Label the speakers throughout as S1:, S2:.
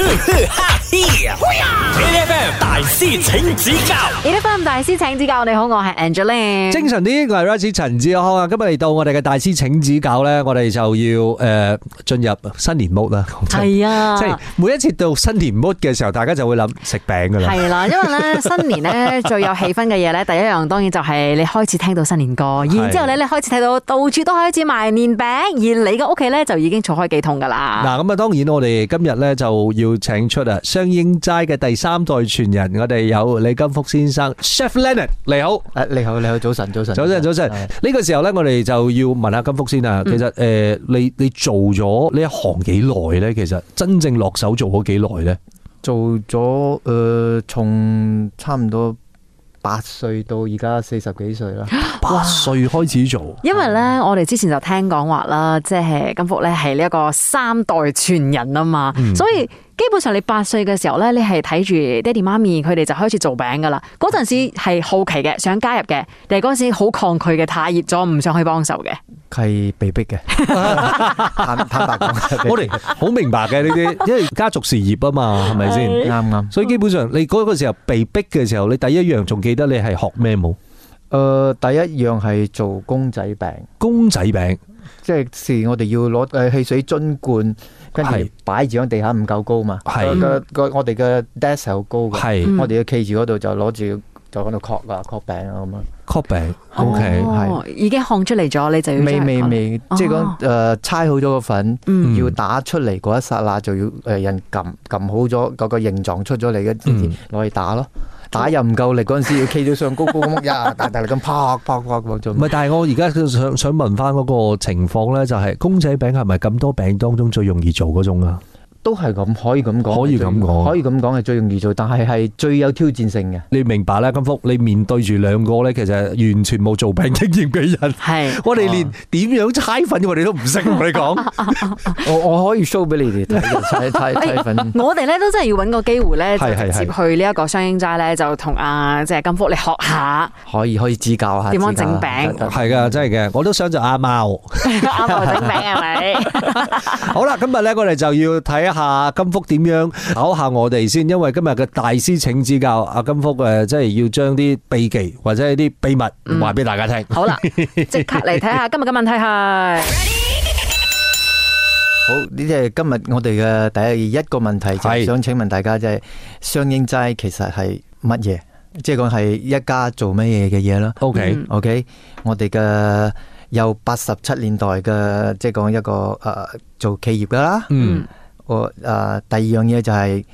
S1: 哈 FM 大師請指教
S2: 你得翻大師請指教，你好，我係 Angeline。
S3: 精神啲，我係 Rice 陳志康啊！今日嚟到我哋嘅大師請指教咧，我哋就要誒進入新年 mode 啦。講真
S2: 係啊
S3: 即係每一次到新年 mode 嘅時候，大家就會諗食餅噶啦。
S2: 係啦，因為咧新年咧最有氣氛嘅嘢咧，第一樣當然就係你開始聽到新年歌，然之後咧你開始睇到到處都開始賣年餅，而你嘅屋企咧就已經儲開幾桶噶啦。
S3: 嗱，咁啊，當然我哋今日咧就要請出啊雙英齋嘅第三代傳人，我哋有李金福先生 Chef Leonard，你好。
S4: 誒，啊你好，你好，早晨，早啊晨，
S3: 早晨，早晨。
S4: 係
S3: 呢個時候咧，我哋就要問下金福先啊。其實誒，你你做咗呢一行幾耐咧？其實真正落手做咗幾耐咧？
S4: 做咗誒，從差唔多八歲到而家四十幾歲 啦。
S3: 八歲開始做。
S2: 因為咧，我哋之前就聽講話啦，即係金福咧係呢一個三代傳人啊嘛，
S3: 嗯
S2: 所以基本上你八歲嘅時候咧，你係睇住爹哋媽咪佢哋就開始做餅噶啦。嗰陣時係好奇嘅，想加入嘅，但係嗰陣時好抗拒嘅，太熱咗，唔想去幫手嘅。
S4: 係被逼 嘅，坦坦白 講，
S3: 我哋好明白嘅呢 啲，因為家族事業啊嘛，係咪先？
S4: 啱啱。
S3: 所以基本上你嗰個時候被逼嘅時候，你第一樣仲記得你係學咩冇？
S4: 誒，呃第一樣係做公仔餅，
S3: 公仔餅
S4: 即係是我哋要攞誒汽水樽罐，跟
S3: 係
S4: 住擺住喺地下唔夠高嘛。
S3: 係
S4: 個個我哋嘅 desk 係好高嘅，
S3: 係
S2: 嗯
S4: 我哋要企住嗰度就攞住就喺度確啊確餅啊咁樣。
S3: 曲餅，OK，
S2: 哦，已經看出嚟咗，你就要將
S4: 未
S2: 佢
S4: 未
S2: 放
S4: 未，
S2: 哦
S4: 即係講誒呃猜好咗個粉，
S2: 嗯
S4: 要打出嚟嗰一剎那就要誒人撳撳好咗嗰個形狀出咗嚟嘅，先至
S3: 嗯
S4: 攞嚟打咯。打又唔夠力嗰陣時，要 企咗上高高咁，呀 大大力咁啪啪啪咁做
S3: 唔。係，但係我而家想想問翻嗰個情況咧，就係公仔餅係咪咁多餅當中最容易做嗰種啊？
S4: 都係咁，可以咁講，
S3: 可以咁講
S4: 可以咁講係最容易做，但係係最有挑戰性嘅。
S3: 你明白啦，金福，你面對住兩個咧，其實係完全冇做餅經驗嘅人，
S2: 係
S3: 我哋連點樣猜粉我哋都唔識，同 你講。
S4: 我我可以 show 俾你哋睇 嘅，猜猜猜粉。
S2: 我哋咧都真係要揾個機會咧，就
S3: 係係
S2: 直接去呢一個雙英齋咧，就同阿即係金福你學下
S4: 可以可以指教下
S2: 點樣
S4: 指教下
S2: 整餅
S4: 得得
S3: 係噶，真係嘅，我都想做阿貓。
S2: 阿茂整餅係 咪？
S3: 好啦，今日咧我哋就要睇下金福點樣考下我哋先，因為今日嘅大師請指教，阿金福誒，即係要將啲秘技或者係啲秘密話俾大家聽。
S2: 好啦，即刻嚟睇下今日嘅問題係
S4: 好，呢啲係今日我哋嘅第一個問題，就
S3: 係
S4: 係想請問大家即係雙英齋其實係乜嘢？即係講係一家做乜嘢嘅嘢啦
S3: O K，
S2: 嗯
S4: ？OK，我哋嘅有八十七年代嘅，即係講一個誒、呃做企業噶啦。
S3: 嗯
S4: 我誒、呃第二樣嘢就係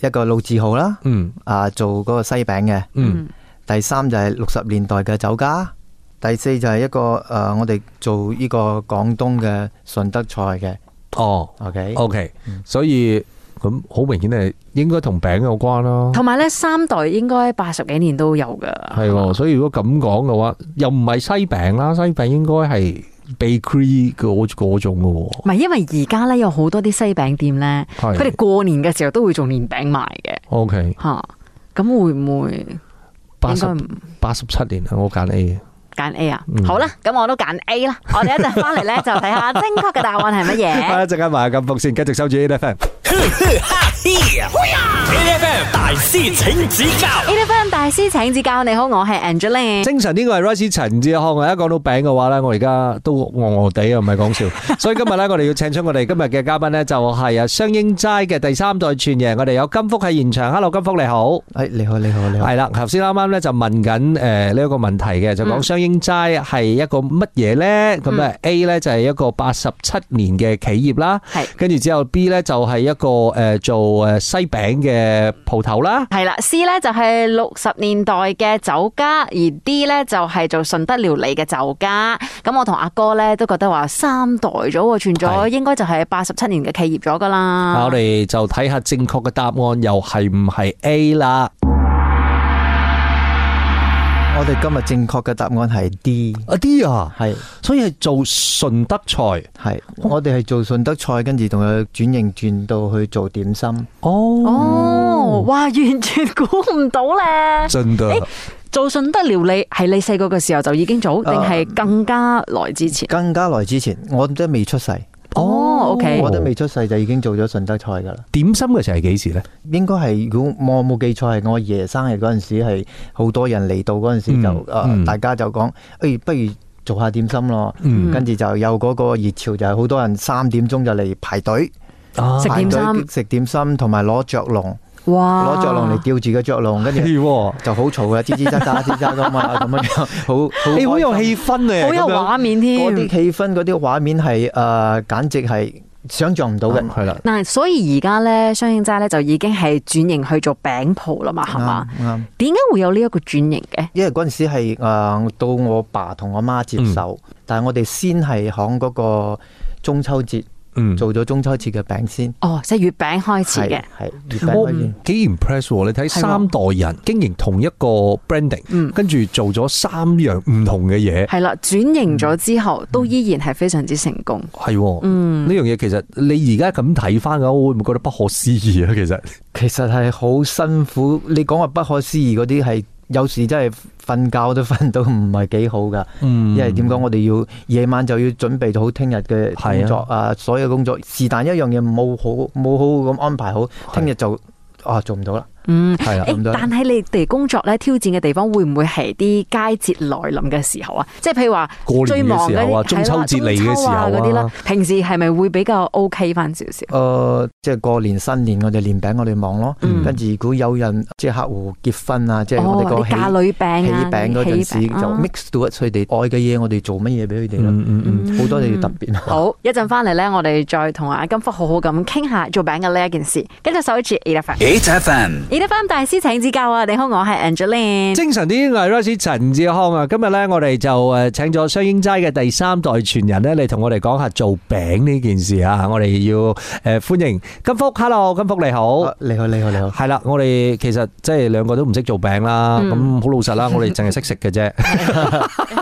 S4: 一個老字號啦，
S3: 嗯
S4: 啊、做嗰個西餅嘅。
S3: 嗯
S4: 第三就係六十年代嘅酒家，第四就係一個誒、呃我哋做呢個廣東嘅順德菜嘅。
S3: 哦
S4: OK。
S3: ，O K，所以咁好明顯係應該同餅有關啦。
S2: 同埋咧三代應該八十幾年都有噶，
S3: 係喎，所以如果咁講嘅話，又唔係西餅啦，西餅應該係 bakery 嗰嗰種嘅喎。
S2: 唔係因為而家咧有好多啲西餅店咧，
S3: 係
S2: 佢哋過年嘅時候都會做年餅賣嘅
S3: O K，
S2: 吓，咁會唔會應
S3: 八十
S2: 該唔？
S3: 八十七年啊，我揀 A 嘅。
S2: 拣 A 啊，
S3: 嗯
S2: 好啦，咁我都拣 A 啦。我哋一陣翻嚟咧就睇下正確嘅答案係乜 嘢。
S3: 一陣間埋金福先，繼續收住 A F M。
S1: ，FM 大師請指教
S2: A F M 大師請指教，你好，我係 Angeline。
S3: 精神呢個係 Rice 陳志康啊！一講到餅嘅話咧，我而家都餓餓地啊，唔係講笑。所以今日咧，我哋要請出我哋今日嘅嘉賓咧，就係啊雙英齋嘅第三代傳人，我哋有金福喺現場。Hello，金福你好。
S4: 誒，你好，你好，你好。
S3: 係啦，頭先啱啱咧就問緊誒呢一個問題嘅，就講
S2: 嗯
S3: 雙英齋係一個乜嘢咧？咁咧 A 咧就係一個八十七年嘅企業啦，
S2: 係
S3: 跟住之後 B 咧就係一個誒做誒西餅嘅鋪頭啦。
S2: 係啦，C 咧就係六十年代嘅酒家，而 D 咧就係做順德料理嘅酒家。咁我同阿哥咧都覺得話三代咗喎，傳咗
S3: 係
S2: 應該就係八十七年嘅企業咗噶啦。
S3: 我哋就睇下正確嘅答案又係唔係 A 啦。
S4: 我哋今日正確嘅答案係 D，
S3: 啊啲啊，
S4: 係
S3: 所以係做順德菜。
S4: 係，我哋係做順德菜，跟住同佢轉型轉到去做點心。
S2: 哦，哇，完全估唔到咧！
S3: 真的
S2: 做順德料理係你細
S4: 啊
S2: 個嘅時候就已經做，定係更加耐之前？
S4: 更加耐之前，我都未出世，
S2: 哦，OK，
S4: 我覺得未出世就已經做咗順德菜㗎啦。
S3: 點心嘅時候係幾時咧？
S4: 應該係如果我冇記錯係我爺生日嗰陣時係好多人嚟到嗰陣時就
S3: 嗯
S4: 誒、呃
S3: 嗯
S4: 大家就講誒、哎不如做下點心咯，
S3: 嗯
S4: 跟住就有嗰個熱潮就係好多人三點鐘就嚟排隊
S2: 食
S4: 排
S2: 點
S4: 隊
S2: 心哦
S4: 食點心同埋攞雀籠
S2: 哇，
S4: 攞雀籠嚟吊住個雀籠，跟住
S3: 係喎，
S4: 就好嘈啊，吱吱喳喳吱喳咁 啊，咁樣樣好好
S3: 你好有
S4: 開心
S3: 氣氛啊咧，
S2: 哎好有畫面
S4: 嗰
S2: 添。
S4: 啲氣氛嗰啲畫面係誒、呃，簡直係想像唔到
S2: 嗯
S4: 嘅。
S3: 嗯係啦。
S2: 嗱，所以而家咧，雙影齋咧就已經係轉型去做餅鋪啦嘛，係嘛？
S4: 啱啱，
S2: 點解會有呢一個轉型嘅？
S4: 因為嗰陣時係、呃、到我爸同我媽接手，
S2: 嗯
S4: 但係我哋先係響嗰個中秋節
S3: 嗯，
S4: 做咗中秋節嘅餅先，
S2: 哦，即係月餅開始
S4: 係
S2: 嘅。嗯
S4: 係月
S3: 我
S4: 餅
S3: 唔
S4: 先
S3: 幾 impress 喎！你睇
S2: 係喎
S3: 三代人經營同一個 branding，、
S2: 嗯
S3: 跟住做咗三樣唔同嘅嘢，
S2: 係啦，轉型咗之後都依然係非常之成功。
S3: 係喎
S2: 嗯
S3: 呢樣嘢其實你而家咁睇翻嘅話，我會唔會覺得不可思議啊？其實
S4: 其實係好辛苦。你講話不可思議嗰啲係有時真係瞓覺都瞓到唔係幾好㗎。
S3: 嗯
S4: 因為點講，我哋要夜晚就要準備好聽日嘅工作啊，所有工作是但一樣嘢冇好冇好好咁安排好，聽日就啊做唔到啦。
S2: 嗯，
S3: 係啦
S2: 誒
S4: 咁多
S2: 但係你哋工作咧挑戰嘅地方會唔會係啲佳節來臨嘅時候啊？即係譬如話
S3: 過
S2: 最
S3: 年
S2: 忙
S3: 嘅時
S2: 嗰
S3: 候
S2: 啲
S3: 啊，中秋節嚟嘅時
S2: 係啦中秋啊嗰
S3: 候
S2: 啲
S3: 啊
S2: 啦，，平時係咪會比較 OK 翻少少？
S4: 誒、呃即係過年新年我哋年餅我哋望咯，
S2: 嗯
S4: 跟住如果有人即係客戶結婚啊，即係我哋
S2: 哦，
S4: 個
S2: 啲
S4: 喜
S2: 嫁女餅
S4: 喜
S2: 啊，
S4: 餅嗰陣時
S2: 喜餅
S4: 就
S2: 啊
S4: mix 到一佢哋愛嘅嘢，我哋做乜嘢俾佢哋咯，
S3: 嗯嗯嗯，
S4: 好、多嘢特啊別。
S2: 好，一陣翻嚟咧，我哋再同阿金福好好咁傾下做餅嘅呢一件事。跟住守住 e l e p h a n
S1: HFM
S2: e l e p h a n 大師請指教啊！你好，我係 Angeline。
S3: 精神啲藝 r i s e 陳志康啊，今日咧我哋就誒請咗雙英齋嘅第三代傳人咧嚟同我哋講下做餅呢件事啊，我哋要誒歡迎金福，hello 金福你
S2: 嗯
S3: 好。
S4: 啊你好，你好，你好。
S3: 系啦，我哋其實即係兩個都唔識做餅啦，咁好老實啦，我哋淨係識食嘅 啫。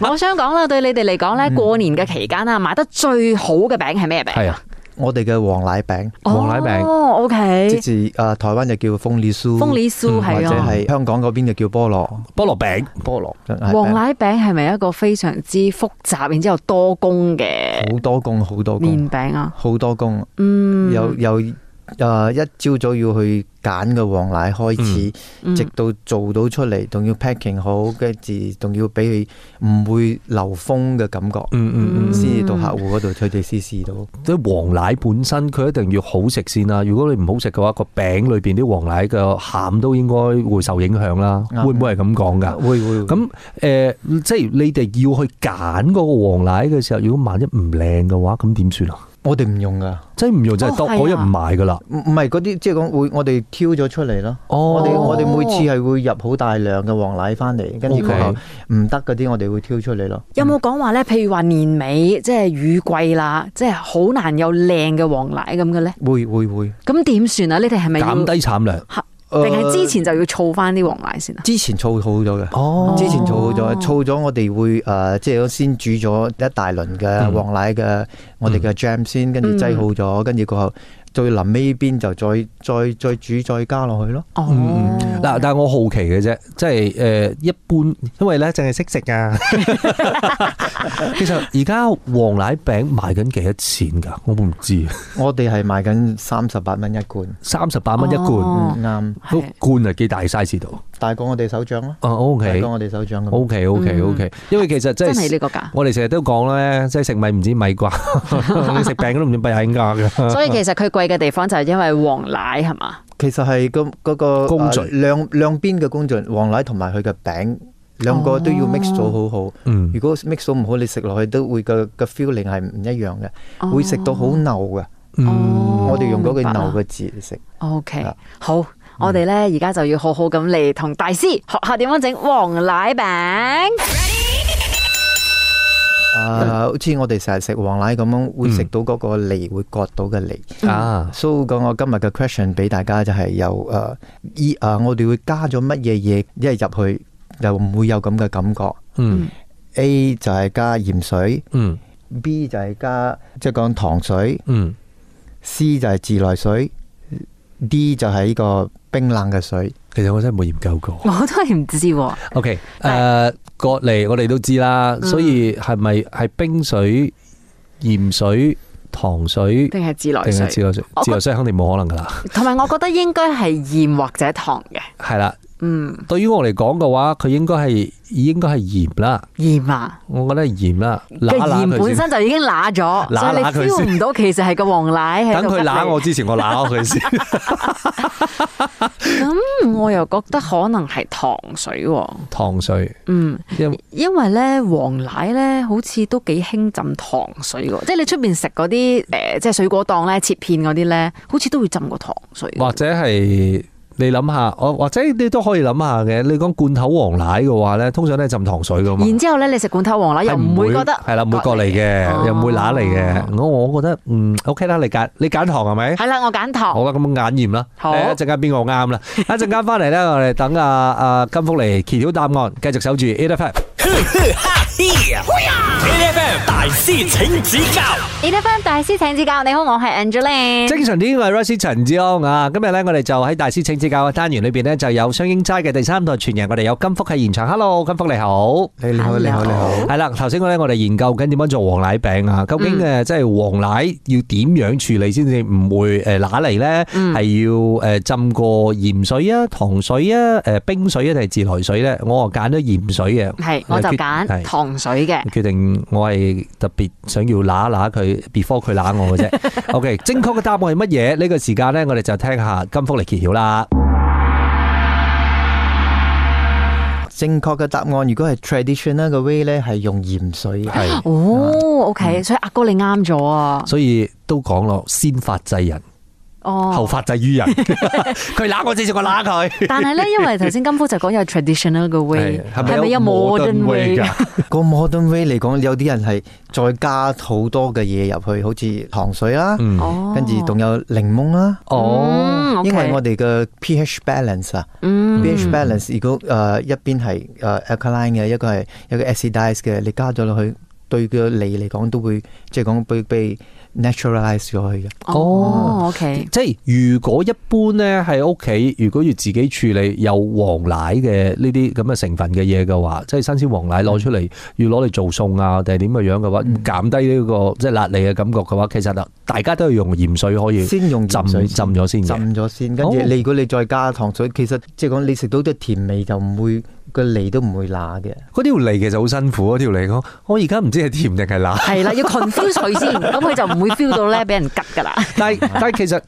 S2: 我想講啦，對你哋嚟講咧，過年嘅期間啊，買得最好嘅餅係咩餅？
S3: 係啊，
S4: 我哋嘅黃奶餅，
S3: 黃奶餅
S2: 哦
S4: 即
S2: ，OK，
S4: 是誒、台灣就叫鳳梨酥，
S2: 風梨酥
S4: 嗯或
S2: 係
S4: 者
S2: 啊。
S4: 係香港嗰邊就叫菠蘿。
S3: 菠蘿餅，
S4: 菠蘿真係
S2: 黃奶餅係咪一個非常之複雜，然之後多工嘅
S4: 好多工，好多工，
S2: 年餅啊？
S4: 好多工。
S2: 嗯，
S4: 由由誒一朝早要去揀嘅黃奶開始，
S2: 嗯
S3: 嗯
S4: 直到做到出嚟，仲要 packing 好，跟住仲要俾佢唔會流風嘅感覺，
S3: 嗯嗯
S4: 先至到客戶嗰度，佢哋先試到。
S3: 嗯，即係黃奶本身佢一定要好食先啦。如果你唔好食嘅話，個餅裏邊啲黃奶嘅餡都應該會受影響啦。
S4: 啱
S3: 會唔會係咁講㗎？
S4: 會會會
S3: 嗯咁誒，即係你哋要去揀嗰個黃奶嘅時候，如果萬一唔靚嘅話，咁點算啊？
S4: 我哋唔用㗎，
S3: 即係唔用就係
S2: 哦
S3: 當
S2: 係啊
S3: 嗰日唔買㗎啦。
S4: 唔唔係嗰啲即係講會，我哋挑咗出嚟咯。我哋
S3: 哦，
S4: 我哋每次係會入好大量嘅黃奶翻嚟，跟住佢後
S3: OK
S4: 唔得嗰啲，我哋會挑出嚟咯。
S2: 有冇講話咧？譬如話年尾即係雨季啦，即係好難有靚嘅黃奶咁嘅咧，
S4: 會會會。呃
S2: 咁點算啊？你哋係咪要
S3: 減低呃產量。
S2: 嚇定係之前就要儲翻啲黃奶先啊？
S4: 之前儲好咗嘅。
S3: 哦
S4: 之前做好咗
S2: 哦，
S4: 燥咗我哋會誒、呃即係先煮咗一大輪
S3: 嗯
S4: 嘅黃奶嘅、我哋嘅 jam 先，跟住擠好咗，跟住過後最臨尾邊就再再再煮再加落去咯。
S2: 哦，
S3: 嗯嗱，但係我好奇嘅啫，即係誒、呃一般，因為咧淨係識食啊。 其實而家黃奶餅賣緊幾多錢㗎？我唔知，
S4: 我哋係賣緊三十八蚊一罐，
S3: 三十八蚊一罐，
S2: 哦
S4: 嗯啱，
S3: 個
S2: 係
S3: 罐係幾大 size 度？
S4: 大過我哋手掌咯，
S3: 啊
S4: 大
S3: ，OK
S4: 過我哋手掌咁。
S3: OK OK OK，因為其實即
S2: 嗯真係呢
S3: 係
S2: 個價。
S3: 我哋成日都講咧，即係食米唔知米 啩，你食餅都唔知米應價嘅。
S2: 所以其實佢貴嘅地方就係因為黃奶係嘛？
S4: 其實係咁嗰個
S3: 工序
S4: 呃兩兩邊嘅工序，黃奶同埋佢嘅餅兩個都要 mix 咗好好。
S3: 嗯
S4: 如果 mix 咗唔好，你食落去都會個個 feeling 係唔一樣
S2: 哦
S4: 嘅，會食到好牛嘅。
S3: 嗯
S2: 哦
S4: 我哋用嗰個
S2: 明白啦
S4: 牛嘅字嚟食。
S2: OK，
S4: 啊
S2: 好，我哋咧而家就要好好咁嚟同大師學下點樣整黃奶餅。
S4: 啊，好似我哋成日食黃奶咁樣，會食到嗰個脷，會割到嘅脷。
S3: 啊，
S4: So 講我今日嘅 question 俾大家就係有誒依啊，我哋會加咗乜嘢嘢一係入去，又唔會有咁嘅感覺。
S3: 嗯
S4: A 就係加鹽水
S3: 嗯
S4: ，B 就係加即係講糖水
S3: 嗯
S4: ，C 就係自來水，D 就係呢個冰冷嘅水。
S3: 其實我真係冇研究 過。
S2: 我都係唔知喎，
S3: OK，
S2: 但
S3: 誒，割嚟我哋都知啦，所以係咪係冰水鹽水、糖水
S2: 定係自來
S3: 定係自
S2: 水？
S3: 來水？
S2: 我覺
S3: 自來水肯定冇可能噶啦，
S2: 同埋我覺得應該係鹽或者糖嘅，
S3: 係啦。
S2: 嗯，
S3: 對於我嚟講嘅話，佢應該係應該係鹽啦，
S2: 鹽啊。
S3: 我覺得係鹽啦，揦
S2: 嘅
S3: 揦
S2: 鹽
S3: 佢
S2: 本
S3: 先。
S2: 身就已經乸咗，
S3: 揦
S2: 所以你
S3: 揦佢
S2: feel 唔到其實係個黃奶喺
S3: 等
S2: 度
S3: 佢
S2: 吉
S3: 揦
S2: 你
S3: 我之前，我 揦佢先。
S2: 咁嗯我又覺得可能係糖水喎，
S3: 糖水，
S2: 嗯，
S3: 因為
S2: 因為咧黃奶咧好似都幾興浸糖水喎，即係你出邊食嗰啲誒，即係水果檔咧切片嗰啲咧，好似都會浸過糖水。
S3: 或者係你諗下，我或者你都可以諗下嘅。你講罐頭黃奶嘅話咧，通常都係浸糖水噶嘛。
S2: 然之後咧，你食罐頭黃奶又
S3: 係
S2: 唔會覺得
S3: 係啦，啊唔會割嚟
S2: 哦
S3: 嘅，又唔會揦嚟嘅。我我覺得嗯 OK 啦，你揀你揀糖係咪？
S2: 係啦，我揀糖
S3: 好。啦，咁眼鹽啦，
S2: 好
S3: 睇下一陣間邊個 啱啦。一陣間翻嚟咧，我哋等阿阿金福嚟揭曉答案，繼續守住 A F M。
S1: ！AFM 大師請指教
S2: 你得翻大師請指教，你好，我係 Angeline。
S3: 精神啲，我係 Rosie 陳志安啊！今日咧，我哋就喺大師請指教嘅單元裏邊咧，就有雙英齋嘅第三代傳人，我哋有金福喺現場。Hello，金福你好。
S4: 你你好，你好，你好。
S3: 系啦，頭先咧我哋研究緊點樣做黃奶餅啊？究竟诶，即係黃奶要點樣處理先至唔會诶乸嚟咧？係要诶浸過鹽水啊、糖水啊、诶冰水啊定係自來水咧？我啊揀咗鹽水嘅，
S2: 係，我就
S3: 決
S2: 揀
S3: 係
S2: 糖水嘅。
S3: 決定我係特別想要揦揦佢，before 佢揦我 嘅啫。OK，正確嘅答案係乜嘢？呢、個時間呢，我哋就聽下金福嚟揭曉啦。
S4: 正確嘅答案，如果係 traditional 嘅 way 咧，係用鹽水嘅。
S3: 係，
S2: 哦，OK，所以阿哥你啱咗啊。
S3: 啊嗯所以都講咯，先發制人，後
S2: 哦，
S3: 發制於人。佢揦我之前，我揦佢。
S2: 但係咧，因為頭先金夫就講有 traditional 嘅 way，
S3: 係
S2: 係咪有 modern way 㗎？
S4: 個 modern way 嚟講，有啲人係再加好多嘅嘢入去，好似糖水啦，
S3: 嗯，
S2: 哦，
S4: 跟住仲有檸檬啦。
S3: 哦，
S2: 嗯，OK，
S4: 因為我哋嘅 pH balance 啊
S2: 嗯
S4: ，pH balance 如果誒一邊係誒 alkaline 嘅，一個係一個 acidize 嘅，你加咗落去，對個脷嚟講都會即係講被被 naturalize 咗去嘅。
S2: 哦，OK，
S3: 即係如果一般呢喺屋企，如果要自己處理有黃奶嘅呢啲咁嘅成分嘅嘢嘅話，即係新鮮黃奶攞出嚟要攞嚟做餸啊，定係點嘅樣嘅話，減低呢、個即係辣脷嘅感覺嘅話，其實大家都係用鹽水可以
S4: 先用鹽
S3: 嗯浸
S4: 水
S3: 浸咗先嘅。
S4: 浸咗先，跟住
S3: 哦
S4: 你如果你再加糖水，其實即係講你食到啲甜味就唔會個脷都唔會乸嘅。
S3: 嗰條脷其實好辛苦，嗰條脷我而家唔知係甜定係辣。
S2: 係啦，要 confuse 佢 先，咁佢就唔會 feel 到咧俾人吉㗎啦。
S3: 但係但係其實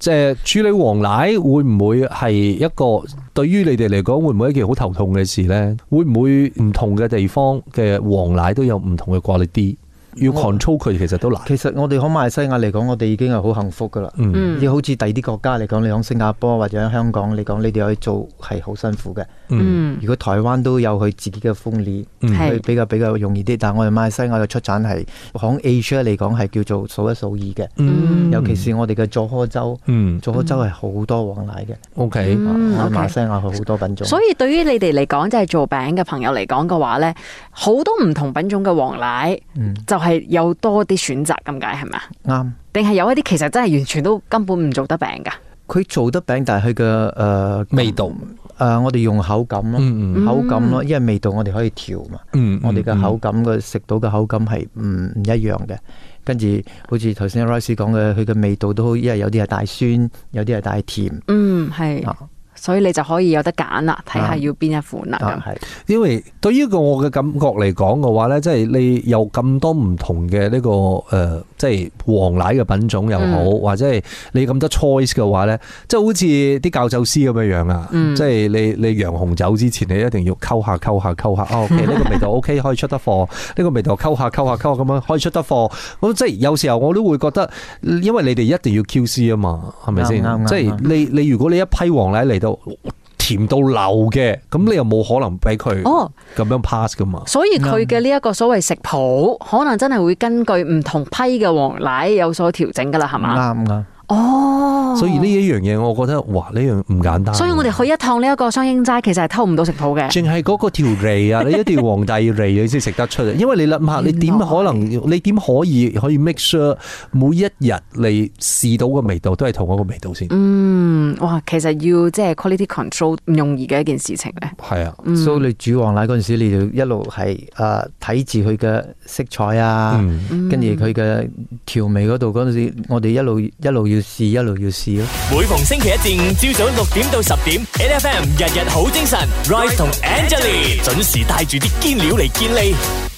S3: 誒處理黃奶會唔會係一個對於你哋嚟講會唔會一件好頭痛嘅事呢？會唔會唔同嘅地方嘅黃奶都有唔同嘅 quality？要 control 佢其實
S2: 啊
S3: 都難。
S4: 其實我哋喺馬來西亞嚟講，我哋已經係好幸福噶啦。
S3: 嗯
S2: 嗯
S4: 要好似第二啲國家嚟講，你講新加坡或者喺香港嚟講，你哋可以做係好辛苦嘅。
S3: 嗯
S2: 嗯
S4: 如果台灣都有佢自己嘅風味，
S2: 係
S3: 嗯，
S4: 佢比較比較容易啲。但係我哋馬來西亞嘅出產係響 Asia 嚟講係叫做數一數二嘅，
S2: 嗯
S4: 尤其是我哋嘅佐科州，
S3: 嗯
S4: 佐科州係好多黃奶嘅。
S3: OK，
S2: 嗯
S4: 我哋
S2: OK
S4: 馬來西亞好多品種。
S2: 所以對於你哋嚟講，即係做餅嘅朋友嚟講嘅話咧，好多唔同品種嘅黃奶，
S4: 嗯
S2: 就係有多啲選擇咁解係咪啊？
S4: 啱。
S2: 定係有一啲其實真係完全都根本唔做得餅㗎？
S4: 佢做得餅，但係佢嘅誒
S3: 味道
S4: 誒，我哋用口感咯，
S3: 嗯
S2: 嗯
S4: 口感咯，因為味道我哋可以調嘛，
S3: 嗯，
S4: 我哋嘅口
S3: 嗯
S4: 感嘅食到嘅口感係唔唔一樣嘅。跟住好似頭先 Rice 講嘅，佢嘅味道都好，因為有啲係帶酸，有啲係帶甜
S2: 嗯，係
S4: 啊，
S2: 所以你就可以有得揀啦，睇下要邊一款啦
S4: 啊
S2: 咁。
S4: 係
S3: 因為對於個我嘅感覺嚟講嘅話呢，即係你有咁多唔同嘅呢、個誒、呃即係黃奶嘅品種又好，
S2: 嗯
S3: 或者係你咁多 choice 嘅話呢，即係好似啲教酒師咁樣樣啊，
S2: 嗯
S3: 即係你你釀紅酒之前，你一定要溝下溝下溝下， 哦，OK 呢個味道 OK 可以出得貨，呢、個味道溝下溝下溝下咁樣可以出得貨。咁即係有時候我都會覺得，因為你哋一定要 QC 啊嘛，係咪先
S4: 啱啱？啱
S3: 即係你你如果你一批黃奶嚟到。甜到流嘅，咁你又冇可能俾佢
S2: 哦，
S3: 咁樣 pass 噶嘛？
S2: 所以佢嘅呢一個所謂食譜，可能真係會根據唔同批嘅黃奶有所調整㗎啦，係嘛？
S4: 啱啱。
S2: 哦，
S3: 嗯所以呢一樣嘢，我覺得哇，呢樣唔簡單。
S2: 所以我哋去一趟呢一個雙英齋，其實係偷唔到食譜嘅。
S3: 淨係嗰個條 脷啊，你一定要皇帝脷你先食得出啊嚟，因為你諗下，你點可能，你點可以可以 make sure 每一日你試到嘅味道都係同一個味道先？
S2: 嗯，哇，其實要即係 quality control 唔容易嘅一件事情咧。
S3: 係啊，
S4: 所以你煮黃奶嗰陣時，你就一路係誒睇住佢嘅色彩啊，
S3: 嗯
S4: 跟住佢嘅調味嗰度嗰陣時，我哋一路一路要試，一路要試咯。
S1: 每逢星期一至五朝早六點到十點，N F M 日日好精神，Rise 同 Angelie 準時帶住啲堅料嚟健利。